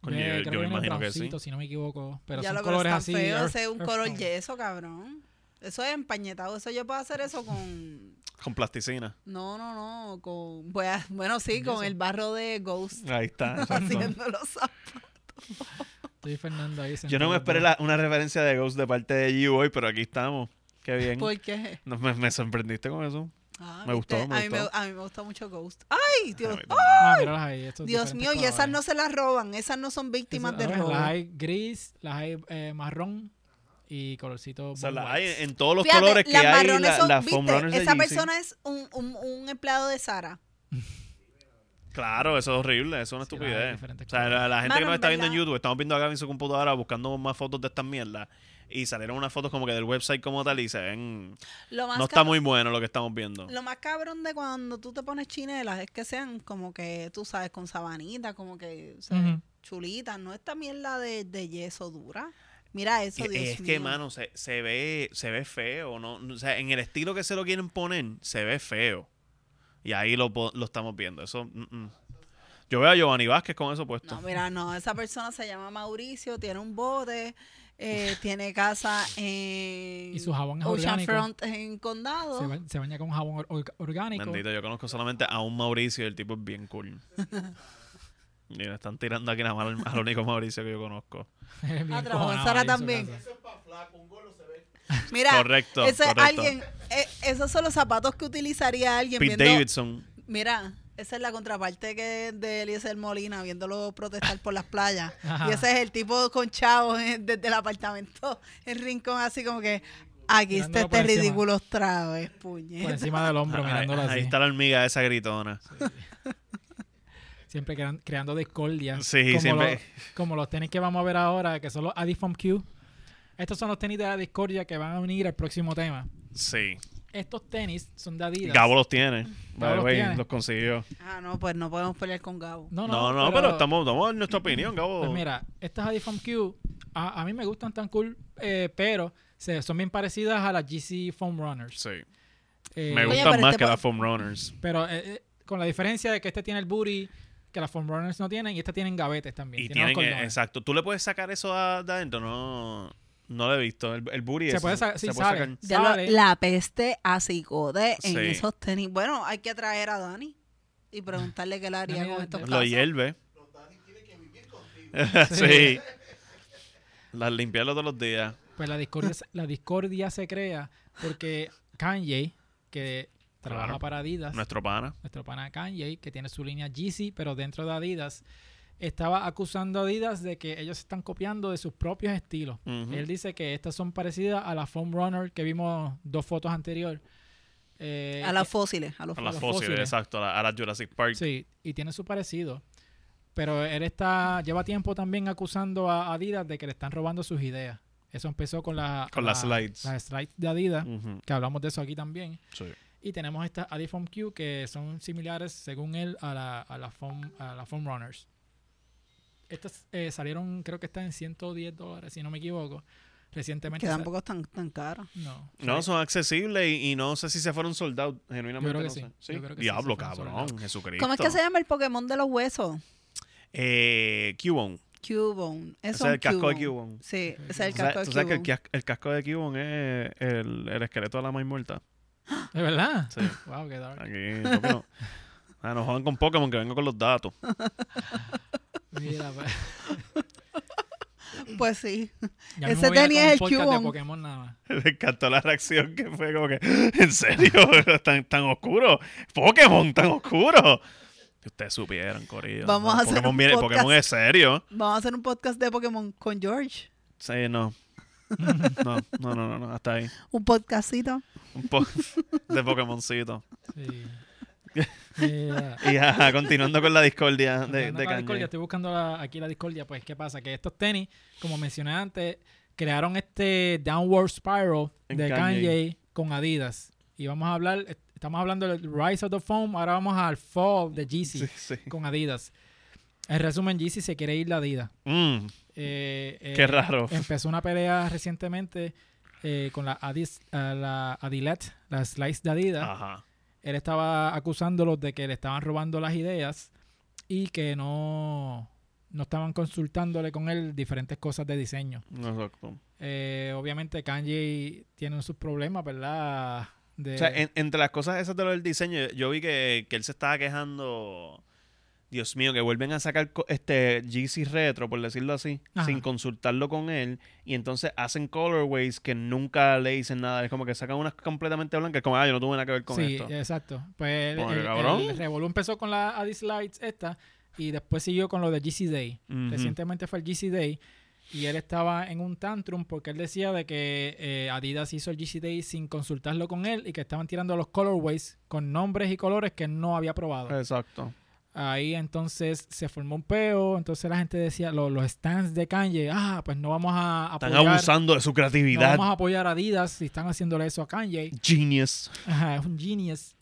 Coño,
Ve,
yo-
creo
yo
que
me
viene
imagino que
browncito,
sí.
si no me equivoco. Pero
ya
son
lo pero
colores
están
así.
feos,
earth-
ese es un
earth
color
tone.
yeso, cabrón. Eso es empañetado, eso yo puedo hacer eso con...
Con plasticina.
No, no, no, con... voy a- bueno, sí,
¿Con yeso?
con el barro de Ghost.
Ahí está.
haciendo los zapatos.
Estoy Fernando ahí.
Yo no
sentado
me esperé la- una referencia de Ghost de parte de G hoy, pero aquí estamos. Qué bien.
¿Por qué?
No, me, me sorprendiste con eso.
Ah,
Me gustó,
¿viste?
me
a, mí me,
gustó.
a mí me gusta mucho Ghost. ¡Ay, Dios!
Ay,
Ah, míralas ahí. estos
Dios mío,
diferentes
y esas
colores.
no se las roban, esas no son víctimas de
ah,
Esas- Las
robo.
hay gris, las hay eh, marrón y colorcito.
O sea,
bomb
la- hay
white.
en todos los
Fíjate,
colores que
las
hay
marrones
la-
son-
las
¿viste?
foam runners de
Esa
Yeezy.
persona es un, un, un empleado de Sara.
Claro, eso es horrible, eso es una
Sí, las hay de
estupidez.
diferentes
O sea, la, la gente
Mano,
que nos
en
está viendo en
verdad.
YouTube, estamos viendo acá en su computadora buscando más fotos de estas mierdas y salieron unas fotos como que del website como tal y se ven...
Lo más,
No
ca-
está muy bueno lo que estamos viendo.
lo más cabrón de cuando tú te pones chinelas es que sean como que, tú sabes, con sabanita, como que o sea,
Ujú.
chulitas, no esta mierda de, de yeso dura. Mira eso,
Y-
Dios
es que,
mío.
mano, se, se ve se ve feo, ¿no? O sea, en el estilo que se lo quieren poner, se ve feo. Y ahí lo, po- lo estamos viendo. Eso, mm, mm. Yo veo a Giovanni Vázquez con eso puesto.
No, mira, no, esa persona se llama Mauricio, tiene un bote, eh, tiene casa en
Y su jabón es orgánico.
Oceanfront en Condado.
Se, ba- se baña con jabón or- org- orgánico.
Bendito, yo conozco solamente a un Mauricio y el tipo es bien cool. Mira, están tirando aquí nada más al, al único Mauricio que yo conozco.
Bien
Ah, trabajó en
cojonado
Sara
ahí en su
también.
casa.
Mira,
correcto,
ese es
correcto.
alguien, eh, esos son los zapatos que utilizaría alguien
Pete
viendo-
Davidson.
Mira, esa es la contraparte que de Eliezer Molina viéndolo protestar por las playas.
Ajá.
Y ese es el tipo con chavos eh, desde el apartamento, el rincón así como que aquí está
Mirándolo por
este
encima. Pues
ridículo otra vez,
Por
puñet.
encima del hombro,
Ah,
mirándolo
ahí,
así.
está la hormiga esa gritona.
Siempre crean- creando discordia.
Sí,
como
siempre.
Los, como los tenis que vamos a ver ahora, que son los Adifom Q. Estos son los tenis de la discordia que van a venir al próximo tema.
Sí.
Estos tenis son de Adidas.
Gabo los tiene. By the
los
way,
tiene.
los consiguió.
Ah, no, pues no podemos pelear con Gabo.
No,
No, no, pero, estamos damos nuestra opinión, Gabo.
Pues mira, estas Adifom Q, a, a mí me gustan tan cool, eh, pero se- son bien parecidas a las GC Foam Runners.
sí.
Eh,
Me
Oye,
gustan
pero
más
este
que
pa-
las foam runners.
Pero eh, eh, con la diferencia de que este tiene el booty, que las Foam Runners no tienen, y estas tienen gavetes también.
Y
los
tienen, eh,
cordones.
exacto. ¿Tú le puedes sacar eso a- de adentro? No, no lo he visto. El, el booty
Se
ese,
puede sacar, sí,
se puede
sale,
sacar.
Ya lo-
sale.
la peste a psicode en
Sí.
esos tenis. Bueno, hay que traer a Dani y preguntarle qué le haría
Dani,
con
de-
estos
de-
Lo
casos.
hierve. sí. Las limpias los todos los días.
Pues la discordia, se- la discordia se crea Porque Kanye, que trabaja
Claro.
para Adidas,
Nuestro pana.
nuestro pana Kanye, que tiene su línea Yeezy, pero dentro de Adidas, estaba acusando a Adidas de que ellos están copiando de sus propios estilos.
Ujú.
Él dice que estas son parecidas a la Foam Runner que vimos dos fotos anterior. Eh,
A los fósiles, a los
A
a
las
los
fósiles,
fósiles.
exacto. A la, a la Jurassic Park.
Sí, y tiene su parecido. Pero él está, lleva tiempo también acusando a Adidas de que le están robando sus ideas. Eso empezó con, la,
Con
la-
las slides.
Las slides de Adidas,
Ujú,
que hablamos de eso aquí también.
sí.
Y tenemos estas Adiform Q que son similares, según él, a la, a la, foam, a la foam Runners. Estas eh, salieron, creo que están en 110 dólares, si no me equivoco. Recientemente.
que
sal-
tampoco están tan caros.
No.
No, son accesibles y, y no sé si se fueron soldados. Genuinamente
Yo creo que
no
sí.
sé.
Yo creo que sí,
Diablo,
se fueron sold
cabrón. Jesucristo.
¿Cómo es que se llama el Pokémon de los huesos?
Eh, Cubone.
Cubone.
Ese
Es
es
un
el casco de
Cubone.
Cubone.
Sí,
Ese es
ese es el
Tú sabes-
casco de
¿Tú sabes que el,
Cubone.
cas- el casco de Cubone es el, el esqueleto de la más muerta?
¿De verdad?
Sí.
Wow, qué dark.
Aquí, no, que no. Ah, nos jodan con Pokémon que vengo con los datos.
Mira, pues,
Pues sí.
ya mismo
Ese
viene con
tenis es el
podcast de
Cubone.
Pokémon nada más.
Me encantó la reacción que fue como que, ¿en serio? ¿Tan, tan oscuro? ¿Pokémon tan oscuro? Si ustedes supieran, Corillo.
Vamos a hacer
Pokémon
un
viene-
podcast.
Pokémon es serio.
Vamos a hacer un podcast de Pokémon con George.
Sí, no. No, no, no, no, no, hasta ahí.
Un podcastito.
Un po de Pokémoncito.
Sí. Mira.
Y ajá, continuando con la discordia de,
Hablando
de
la
Kanye.
discordia, estoy buscando la- aquí la discordia, pues ¿qué pasa? Que estos tenis, como mencioné antes, crearon este downward spiral
En
de
Kanye.
Kanye. con Adidas. Y vamos a hablar, est- estamos hablando del Rise of the Foam, ahora vamos al Fall de Yeezy
Sí, sí.
con Adidas. En resumen, Yeezy se quiere ir de Adidas.
Mm,
Eh, eh,
qué raro.
Empezó una pelea recientemente eh, con la, Adis, ah, la Adilet, la Slice de Adidas
Ajá.
él estaba acusándolos de que le estaban robando las ideas y que no, no estaban consultándole con él diferentes cosas de diseño.
Exacto.
Eh, obviamente Kanye tiene sus problemas, ¿verdad? De,
O sea, en- entre las cosas esas de lo del diseño, yo vi que, que él se estaba quejando. Dios mío, que vuelven a sacar co- este GC retro, por decirlo así,
Ajá.
sin consultarlo con él. Y entonces hacen colorways que nunca le dicen nada. Es como que sacan unas completamente blancas. Como, ah, yo no tuve nada que ver con
sí, eh,
esto.
exacto. Pues el,
Como que,
el-
cabrón.
el revolú empezó con la Addis Lights esta y después siguió con lo de GC Day.
Ujú.
Recientemente fue el GC Day y él estaba en un tantrum porque él decía de que eh, Adidas hizo el GC Day sin consultarlo con él y que estaban tirando los colorways con nombres y colores que él no había probado.
Eh. Exacto.
Ahí entonces se formó un peo, entonces la gente decía, lo- los stands de Kanye, ah, pues no vamos a
Están
apoyar,
abusando de su
no
creatividad.
vamos a apoyar a Adidas si están haciéndole eso a Kanye.
Genius.
Ajá, es un genius.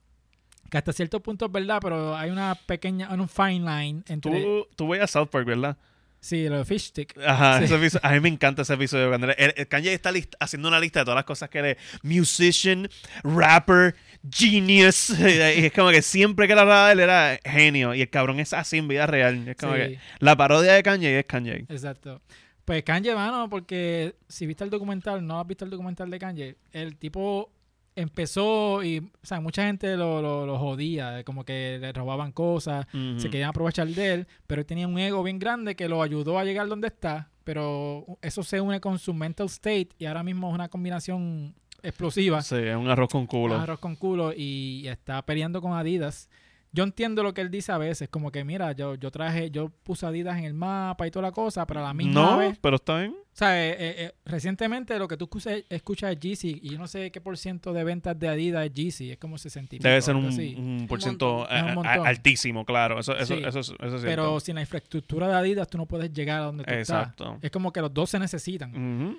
Que hasta cierto punto es verdad, pero hay una pequeña, un fine line entre...
Tú, tú veías South Park, ¿verdad?
Sí, lo de Fish Stick.
Ajá,
Sí.
ese episodio- a mí me encanta ese episodio. Cuando él- él- el Kanye está list- haciendo una lista de todas las cosas que él es. Musician, rapper, genius. Y es como que siempre que él hablaba de él era genio. Y el cabrón es así en vida real. Es como
Sí.
que la parodia de Kanye es Kanye.
Exacto. Pues Kanye, mano, porque si viste el documental, no has visto el documental de Kanye, el tipo empezó y, o sea, mucha gente lo, lo, lo jodía, como que le robaban cosas, se querían aprovechar de él, pero él tenía un ego bien grande que lo ayudó a llegar donde está, pero eso se une con su mental state y ahora mismo es una combinación explosiva.
Sí, es un arroz con culo.
Arroz con culo y está peleando con Adidas. Yo entiendo lo que él dice a veces, como que mira, yo, yo traje, yo puse Adidas en el mapa y toda la cosa, pero a la misma
no,
vez.
pero está bien.
O sea, eh, eh, eh, recientemente lo que tú escuchas, escuchas es Yeezy y yo no sé qué por ciento de ventas de Adidas es Yeezy, es como 60 y
Debe
pico,
ser un,
algo así.
un por ciento
montón.
eh,
Es un
a-
montón.
altísimo, claro. Eso, eso,
Sí.
eso, es- eso es
Pero
cierto.
sin la infraestructura de Adidas tú no puedes llegar a donde tú
Exacto.
estás. Es como que los dos se necesitan.
Ujú.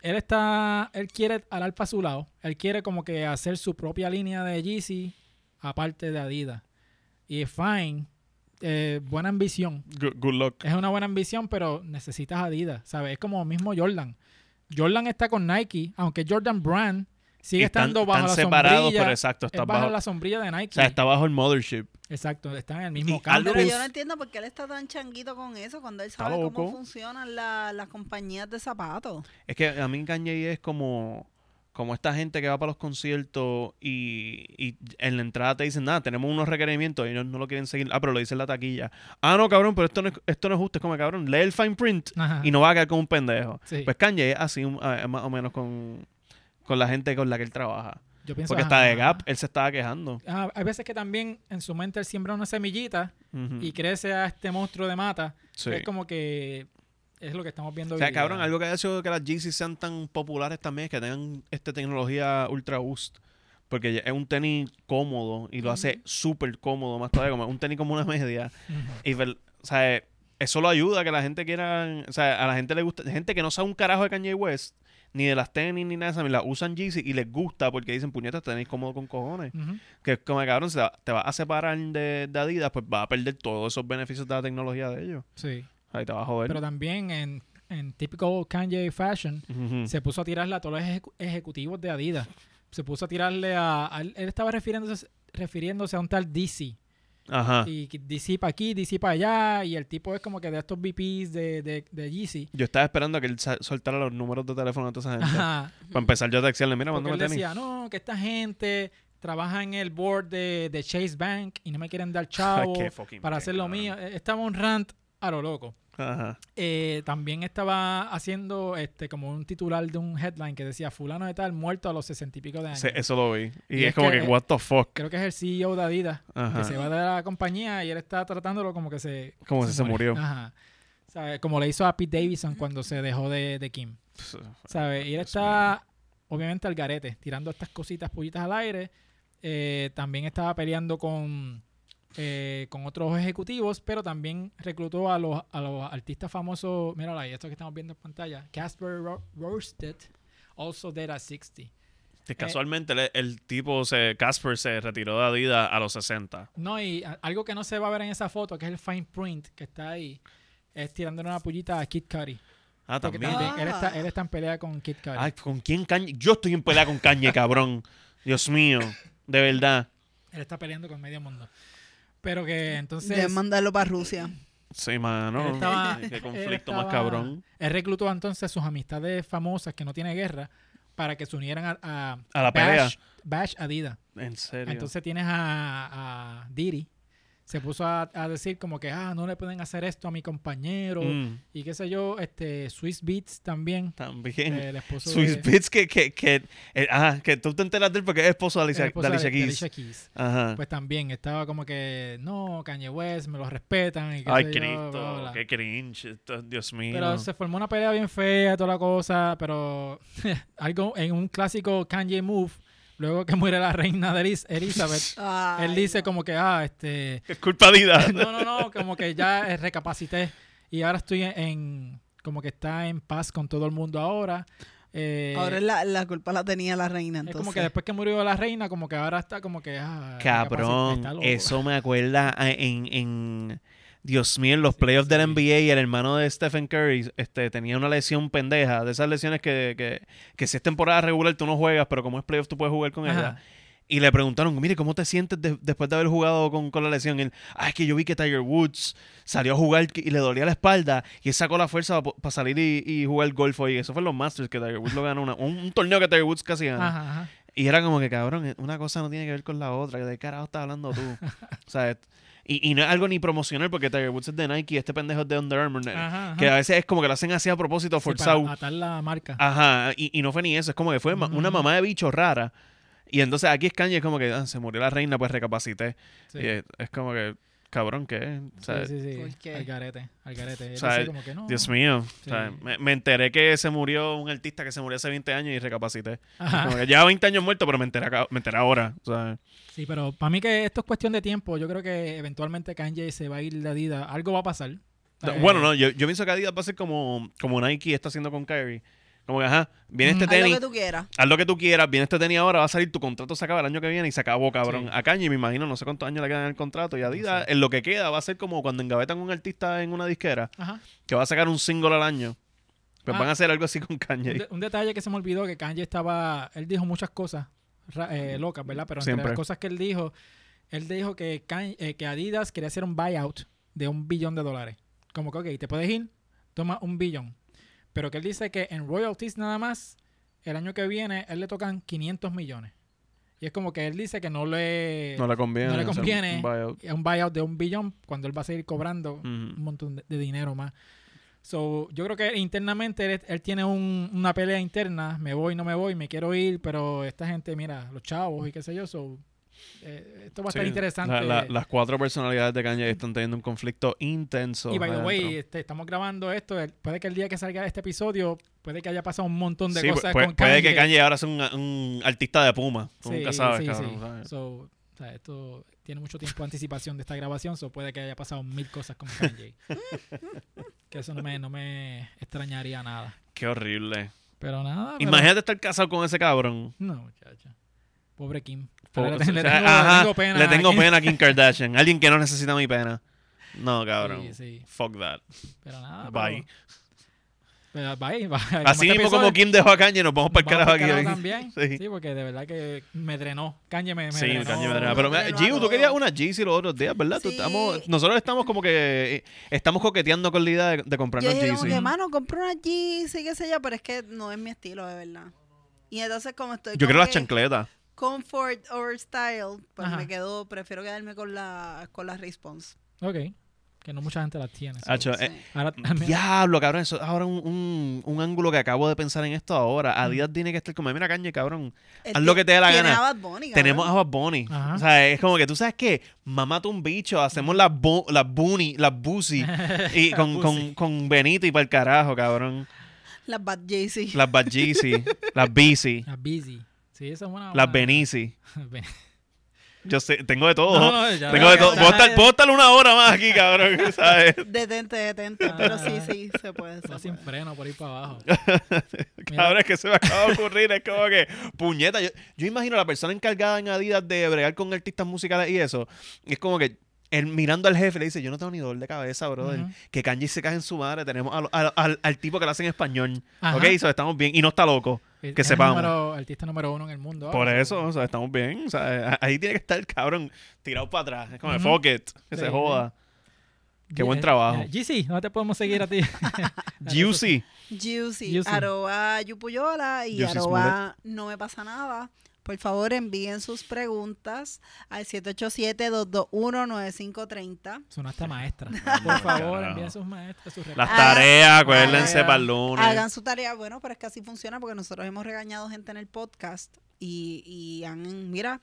él está, él quiere alar para su lado, él quiere como que hacer su propia línea de Yeezy aparte de Adidas. Y es fine, eh, buena ambición,
Good, good luck.
es una buena ambición, pero necesitas Adidas, ¿sabes? Es como mismo Jordan. Jordan está con Nike, aunque Jordan Brand sigue
Y están-
estando bajo
están
la
separados,
sombrilla.
pero exacto,
es
está
bajo,
bajo.
la sombrilla de Nike.
O sea, está bajo el mothership.
Exacto, está en el mismo
Y
campo.
algo-
Pero yo
Pues-
no entiendo por qué él está tan changuito con eso cuando él
Está
sabe
loco.
cómo funcionan la- las compañías de zapatos.
Es que a mí Kanye es como, como esta gente que va para los conciertos y, y en la entrada te dicen, nada, tenemos unos requerimientos y ellos no lo quieren seguir. Ah, pero lo dice en la taquilla. Ah, no, cabrón, pero esto no es, esto no es justo. Es como, cabrón, lee el fine print
Ajá.
y no va a quedar como un eh, pendejo.
Sí.
Pues Kanye es así un- ah, más o menos con, con la gente con la que él trabaja.
Yo pienso,
Porque está de
ah,
Gap, él se estaba quejando.
ah, hay veces que también en su mente él siembra una semillita
Ujú.
y crece a este monstruo de mata.
Sí.
Es como que es lo que estamos viendo.
O
hoy
sea,
día.
cabrón, algo que ha hecho que las Yeezys sean tan populares también es que tengan esta tecnología Ultra Boost. Porque ya- es un tenis cómodo y lo hace
Ujú.
súper cómodo más todavía, como un tenis como una media.
Ujú.
Y, vel- o sea, eh, eso lo ayuda a que la gente quiera, o sea, a la gente le gusta, gente que no sabe un carajo de Kanye West, ni de las tenis, ni nada de eso, las usan Yeezy y les gusta porque dicen, puñetas, tenis cómodo con cojones.
Ujú.
Que es como, cabrón, se va- te vas a separar de, de Adidas, pues vas a perder todos esos beneficios de la tecnología de ellos.
Sí.
Ahí te vas a joder.
Pero también en, en típico Kanye fashion,
Ujú.
se puso a tirarle a todos los ejecu- ejecutivos de Adidas. Se puso a tirarle a. a- él estaba refiriéndose, refiriéndose a un tal DC.
Ajá.
Y que DC para aquí, DC para allá. Y el tipo es como que de estos VPs de, de, de Yeezy.
Yo estaba esperando a que él sa- soltara los números de teléfono a toda esa gente.
Ajá.
Para empezar yo a textearle, mira,
Porque
mándame
él
tenis.
decía, no, que esta gente trabaja en el board de, de Chase Bank y no me quieren dar chavo
Qué fucking
para
bien,
hacer lo
cabrón.
mío. Eh, Estaba un rant a lo loco.
Ajá.
Eh, también estaba haciendo este como un titular de un headline que decía fulano de tal muerto a los sesenta y pico de años.
Se- eso lo vi. Y,
Y
es,
es
como
que-
que, what the fuck.
Creo que es el CEO de Adidas
Ajá.
que se va de la compañía y él está tratándolo como que se...
Como si se murió.
Ajá. ¿Sabe? Como le hizo a Pete Davidson cuando se dejó de, de Kim. ¿Sabes? Y él está, obviamente, al garete, tirando estas cositas, pollitas al aire. Eh, también estaba peleando con, eh, con otros ejecutivos, pero también reclutó a los, a los artistas famosos. Míralo ahí, esto que estamos viendo en pantalla. Casper Ro- Roasted, also dead at 60. Eh.
Que casualmente el, el tipo, se, Casper, se retiró de Adidas a los 60.
No, y a- algo que no se va a ver en esa foto, que es el fine print que está ahí, es tirándole una pollita a Kid Cudi.
Ah,
Porque
también.
también
Ah.
él, está, él está en pelea con Kid Cudi.
Ay, ¿con quién Kanye? Yo estoy en pelea con Kanye, cabrón. Dios mío. De verdad.
Él está peleando con medio mundo. Pero que entonces...
Deben mandarlo para Rusia.
Sí, mano.
Él estaba-
Qué
él
conflicto
estaba-
más cabrón.
Él reclutó entonces a sus amistades famosas que no tiene guerra para que se unieran a, a,
A la pelea.
Bash, Bash Adidas.
En serio.
Entonces tienes a, a Diri. Se puso a, a decir como que, ah, no le pueden hacer esto a mi compañero.
Mm,
Y qué sé yo, este Swiss Beats también.
también.
eh, les puso
Swiss
de-
Beats que, que, que, eh, ajá, que tú te enteras de él porque es esposo de
el
Alicia,
esposo
de
de-
Alicia
de
Keys. Ah.
Alicia Keys.
Ajá.
Pues también estaba como que, no, Kanye West, me lo respetan. Y qué
Ay,
sé yo,
Cristo,
bla, bla, bla.
qué cringe. esto- Dios mío.
Pero se formó una pelea bien fea, toda la cosa, pero algo en un clásico Kanye Move, luego que muere la reina de Elis- Elizabeth, él
Ay,
dice
no.
como que, ah, este,
Es culpa de Adidas.
no, no, no, como que ya eh, recapacité y ahora estoy en, en- como que está en paz con todo el mundo ahora. Eh,
Ahora la, la culpa la tenía la reina,
es
entonces.
como que después que murió la reina, como que ahora está como que, ah, recapacité,
Cabrón,
está loco.
eso me acuerda a- en, en Dios mío, en los playoffs del
sí.
NBA, el hermano de Stephen Curry este, tenía una lesión pendeja, de esas lesiones que, que, que si es temporada regular tú no juegas, pero como es playoff tú puedes jugar con ella.
Ajá.
Y le preguntaron, mire, ¿cómo te sientes de- después de haber jugado con, con la lesión? Y él, ah, es que yo vi que Tiger Woods salió a jugar que- y le dolía la espalda y él sacó la fuerza para salir y, y jugar golf hoy. Eso fue en los Masters que Tiger Woods lo ganó, una- un, un torneo que Tiger Woods casi ganó.
Ajá, ajá.
Y era como que, cabrón, eh, una cosa no tiene que ver con la otra. ¿De qué carajo estás hablando tú? o sea, et- y, y no es algo ni promocional porque Tiger Woods es de Nike y este pendejo es de Under Armour. ¿no?
Ajá,
Que
ajá.
a veces es como que lo hacen así a propósito,
Sí,
forzado. Ah,
para atar la marca.
Ajá, y, y no fue ni eso. Es como que fue ma- una
Mm.
mamá de bicho rara. Y entonces aquí es Kanye, es como que ah, se murió la reina, pues recapacité.
Sí.
Y es, es como que, cabrón, ¿qué? O sea,
sí, sí, sí.
¿Por qué?
Al garete, al garete. Él
O sea,
dice como que no.
Dios mío. O sea,
Sí.
me, me enteré que se murió un artista que se murió hace 20 años y recapacité.
Ajá.
Como que lleva 20 años muerto, pero me enteré, acá- me enteré ahora. O sea,
Sí, pero para mí que esto es cuestión de tiempo. Yo creo que eventualmente Kanye se va a ir de Adidas. Algo va a pasar.
No,
Eh,
Bueno, no, yo, yo pienso que Adidas va a ser como, como Nike está haciendo con Kyrie. Como que, ajá, viene
Mm.
este
Haz lo
tenis,
que tú quieras.
haz lo que tú quieras, viene este tenis ahora, va a salir, tu contrato se acaba el año que viene y se acabó, cabrón.
Sí.
A Kanye, me imagino, no sé cuántos años le quedan en el contrato. Y Adidas, en lo que queda, va a ser como cuando engavetan a un artista en una disquera,
Ajá.
que va a sacar un single al año. Pues
Ah.
van a hacer algo así con Kanye.
Un, de- un detalle que se me olvidó que Kanye estaba... Él dijo muchas cosas ra- eh, locas, ¿verdad? Pero entre
Mm, Siempre.
las cosas que él dijo, él dijo que, Kan- eh, que Adidas quería hacer un buyout de un billón de dólares. Como que, ok, te puedes ir, toma un billón. Pero que él dice que en royalties nada más, el año que viene, él le tocan 500 millones. Y es como que él dice que no le...
no le conviene.
no le
hacer un-
conviene.
un buyout. Mm.
un buyout de un billón cuando él va a seguir cobrando
Ujú.
un montón de, de dinero más. So, yo creo que internamente él, él tiene un- una pelea interna, me voy, no me voy, me quiero ir, pero esta gente, mira, los chavos y qué sé yo, so, eh, esto va a estar
Sí,
interesante.
la- la- las cuatro personalidades de Kanye están teniendo un conflicto intenso.
y by the
adentro.
way, este, estamos grabando esto, el- puede que el día que salga este episodio, puede que haya pasado un montón de
Sí,
cosas
pu- pu-
con
puede que Kanye ahora sea un, un artista de Puma. Tú nunca sabes, cabrón. ¿sabes?
So, o sea, esto tiene mucho tiempo de anticipación de esta grabación, so puede que haya pasado mil cosas con Kanye. que eso no me, no me extrañaría nada.
Qué horrible.
Pero nada. pero-
Imagínate estar casado con ese cabrón.
No, muchacha. Pobre Kim.
Po-
Pero le, te- le
o sea,
tengo,
ajá,
le tengo pena.
le tengo
a Kim.
pena a Kim Kardashian. Alguien que no necesita mi pena. No, cabrón.
Sí, sí.
Fuck that.
Pero nada.
Bye.
pero- pero bye, este bye.
Así mismo como Kim dejó a Kanye, nos vamos para el carajo aquí.
También.
Sí.
Sí. porque de verdad que me drenó. Kanye me, me
Sí,
drenó.
Kanye me
drenó.
drenaba. Pero mira,
Pero a
Giu, tú
todo.
querías una Yeezy los otros días, ¿verdad? Tú
Sí.
estamos- nosotros estamos como que eh, estamos coqueteando con la idea de, de
Yo
comprarnos
dije como
Yeezy.
que, mano, compré una Yeezy, qué sé yo, pero es que no es mi estilo, de verdad. Y entonces como estoy
Yo quiero
como
las
que
chancletas.
comfort over style, pues
Ajá.
me quedo, prefiero quedarme con la, con la response.
Ok. Que no mucha gente las tiene. so-
Hacho,
Sí.
eh,
Ahora también.
Diablo, cabrón. Eso es ahora un, un, un ángulo que acabo de pensar en esto ahora. Adidas tiene que estar como, mira, Kanye, cabrón.
Él
haz lo que te dé la
tiene
gana.
a Bad Bunny,
Tenemos a
cabrón.
Bad Bunny.
Ajá.
O sea, es como que tú sabes que mamá un bicho, hacemos las bu- las Bunny, las Busi y con, con, con Benito y para el carajo, cabrón.
las Bad Yeezy.
Las Bad Yeezy, las Bisi,
Las busy. Sí, esa es una.
las
una-
Benisi.
Ben-
Yo sé, tengo de todo.
No, no, ya-
tengo de todo.
ya-
Puedo estar, puedo estar una hora más aquí, cabrón, ¿sabes?
Detente, detente,
Ah.
pero sí, sí, se puede. se
Está sin
puede.
freno por ir para abajo. Mira.
Cabrón, es que se me acaba de ocurrir. Es como que, puñeta. Yo, yo imagino a la persona encargada en Adidas de bregar con artistas musicales y eso. y es como que él mirando al jefe le dice: Yo no tengo ni dolor de cabeza, brother.
Ujú.
Que Kanye se cae en su madre. Tenemos al, al- al- al tipo que lo hace en español.
Ajá.
Ok, so, estamos bien. Y no está loco.
Es-
que
es el
sepamos.
número- artista número uno en el mundo.
Por
ahora,
eso,
so-
o sea, estamos bien. O sea, a- ahí tiene que estar el cabrón tirado para atrás. Es como,
Ujú.
fuck it.
Sí,
Que se
sí.
joda. Qué buen
Ye-
trabajo.
eh, Yeezy, no te podemos seguir a ti.
Juicy.
Juicy,
Juicy.
arroba Yupuyola y
Juicy
arroba No Me Pasa Nada. Por favor, envíen sus preguntas al 787-221-9530.
Sonaste maestra. Por
Vamos,
favor,
carajo.
envíen a sus maestros, sus
Las
reportes.
Hagan-
tareas, acuérdense
hagan-
para el lunes.
Hagan su tarea. Bueno, pero es que así funciona porque nosotros hemos regañado gente en el podcast y, y han, mira. han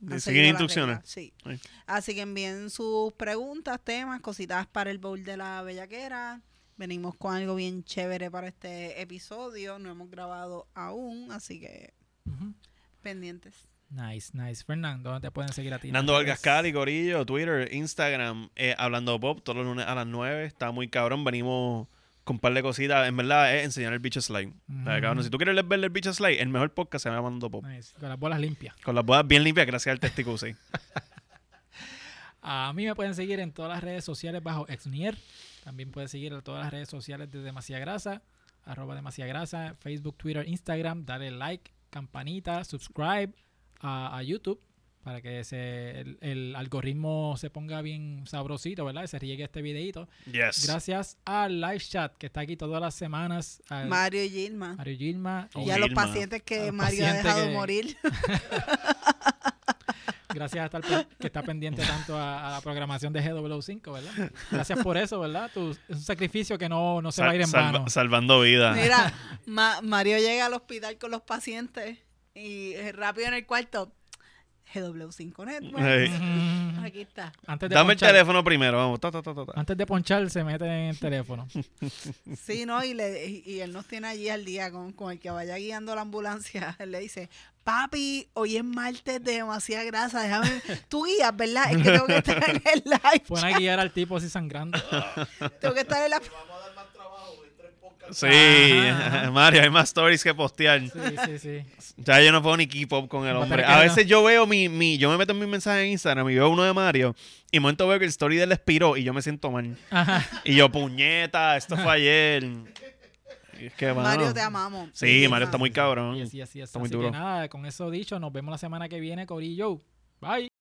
Le siguen
seguido las
instrucciones.
reglas, Sí.
Sí.
Así que envíen sus preguntas, temas, cositas para el bowl de la bellaquera. Venimos con algo bien chévere para este episodio. No hemos grabado aún, así que
Ujú.
pendientes.
Nice, nice. Fernando, ¿dónde te pueden seguir a ti?
Nando Vargas
Cali.
Cali, Corillo, Twitter, Instagram, eh, Hablando Pop, todos los lunes a las 9. Está muy cabrón, venimos con un par de cositas. En verdad, es enseñar el bicho slide. O sea,
Ujú.
cabrón, si tú quieres ver el bicho slide, el mejor podcast se llama Hablando Pop.
Nice. Con las bolas limpias.
Con las bodas bien limpias, gracias al testigo, sí.
A mí me pueden seguir en todas las redes sociales bajo Exnier. También pueden seguir en todas las redes sociales de Demasiada Grasa, arroba Demasiada Grasa, Facebook, Twitter, Instagram. Dale like, campanita, subscribe a, a YouTube para que se, el, el algoritmo se ponga bien sabrosito, ¿verdad? Y se riegue este videito.
Yes.
Gracias al live chat que está aquí todas las semanas. Al
Mario y Gilma.
Mario Gilma.
Oh,
Y
y a los
Gilma.
pacientes que
A los
Mario
pacientes
ha dejado
que-
morir.
gracias a estar pe- que está pendiente tanto a, a la programación de GW5, ¿verdad? Gracias por eso, ¿verdad? Tu- es un sacrificio que no, no se va a ir en
Sal- salva-
vano.
salvando
Ah.
vidas.
Mira, Ma- Mario llega al hospital con los pacientes y eh, rápido en el cuarto. GW5 Network.
Ey.
Mm.
Aquí está.
Antes de,
Dame el
ponchar-
teléfono primero, vamos. Ta, ta, ta, ta, ta.
antes de ponchar, se mete en el teléfono.
Sí, ¿no? Y, le, y, y él nos tiene allí al día con, con el que vaya guiando la ambulancia. Él le dice, papi, hoy es martes de demasiada grasa. Déjame, tú guías, ¿verdad? Es que tengo que estar en el live.
Fue a guiar al tipo así sangrando.
Tengo que estar en la...
Sí,
Ajá.
Mario, hay más stories que postear.
Sí, sí, sí.
Ya yo no puedo ni keep up con el
No,
hombre.
pero que
A
no.
veces yo veo mi, mi, yo me meto en mi mensaje en Instagram y veo uno de Mario y de momento veo que el story de él expiró y yo me siento mal.
Ajá.
Y yo, puñeta, esto fue ayer. Y es que, mano,
Mario, te amamos.
Sí,
Gilma.
Mario está muy cabrón.
Y así, así, así.
Está muy
Así que
duro.
nada, con eso dicho, nos vemos la semana que viene, Corillo. Bye.